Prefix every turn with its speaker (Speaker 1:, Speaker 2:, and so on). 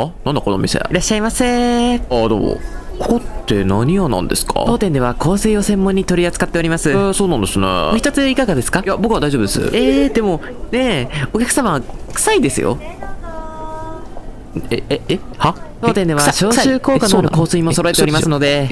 Speaker 1: あなんだこの店あ
Speaker 2: いらっしゃいませ
Speaker 1: どうもここって何屋なんですか
Speaker 2: 当店では香水を専門に取り扱っております
Speaker 1: え
Speaker 2: も
Speaker 1: ー、そうなんですね
Speaker 2: う一ついかがですか
Speaker 1: いや僕は大丈夫です
Speaker 2: えー、でもねえお客様臭いですよ
Speaker 1: えええは
Speaker 2: 当店では
Speaker 1: え臭い
Speaker 2: 消臭効果のある
Speaker 1: 臭い
Speaker 2: 香水も揃えておりますので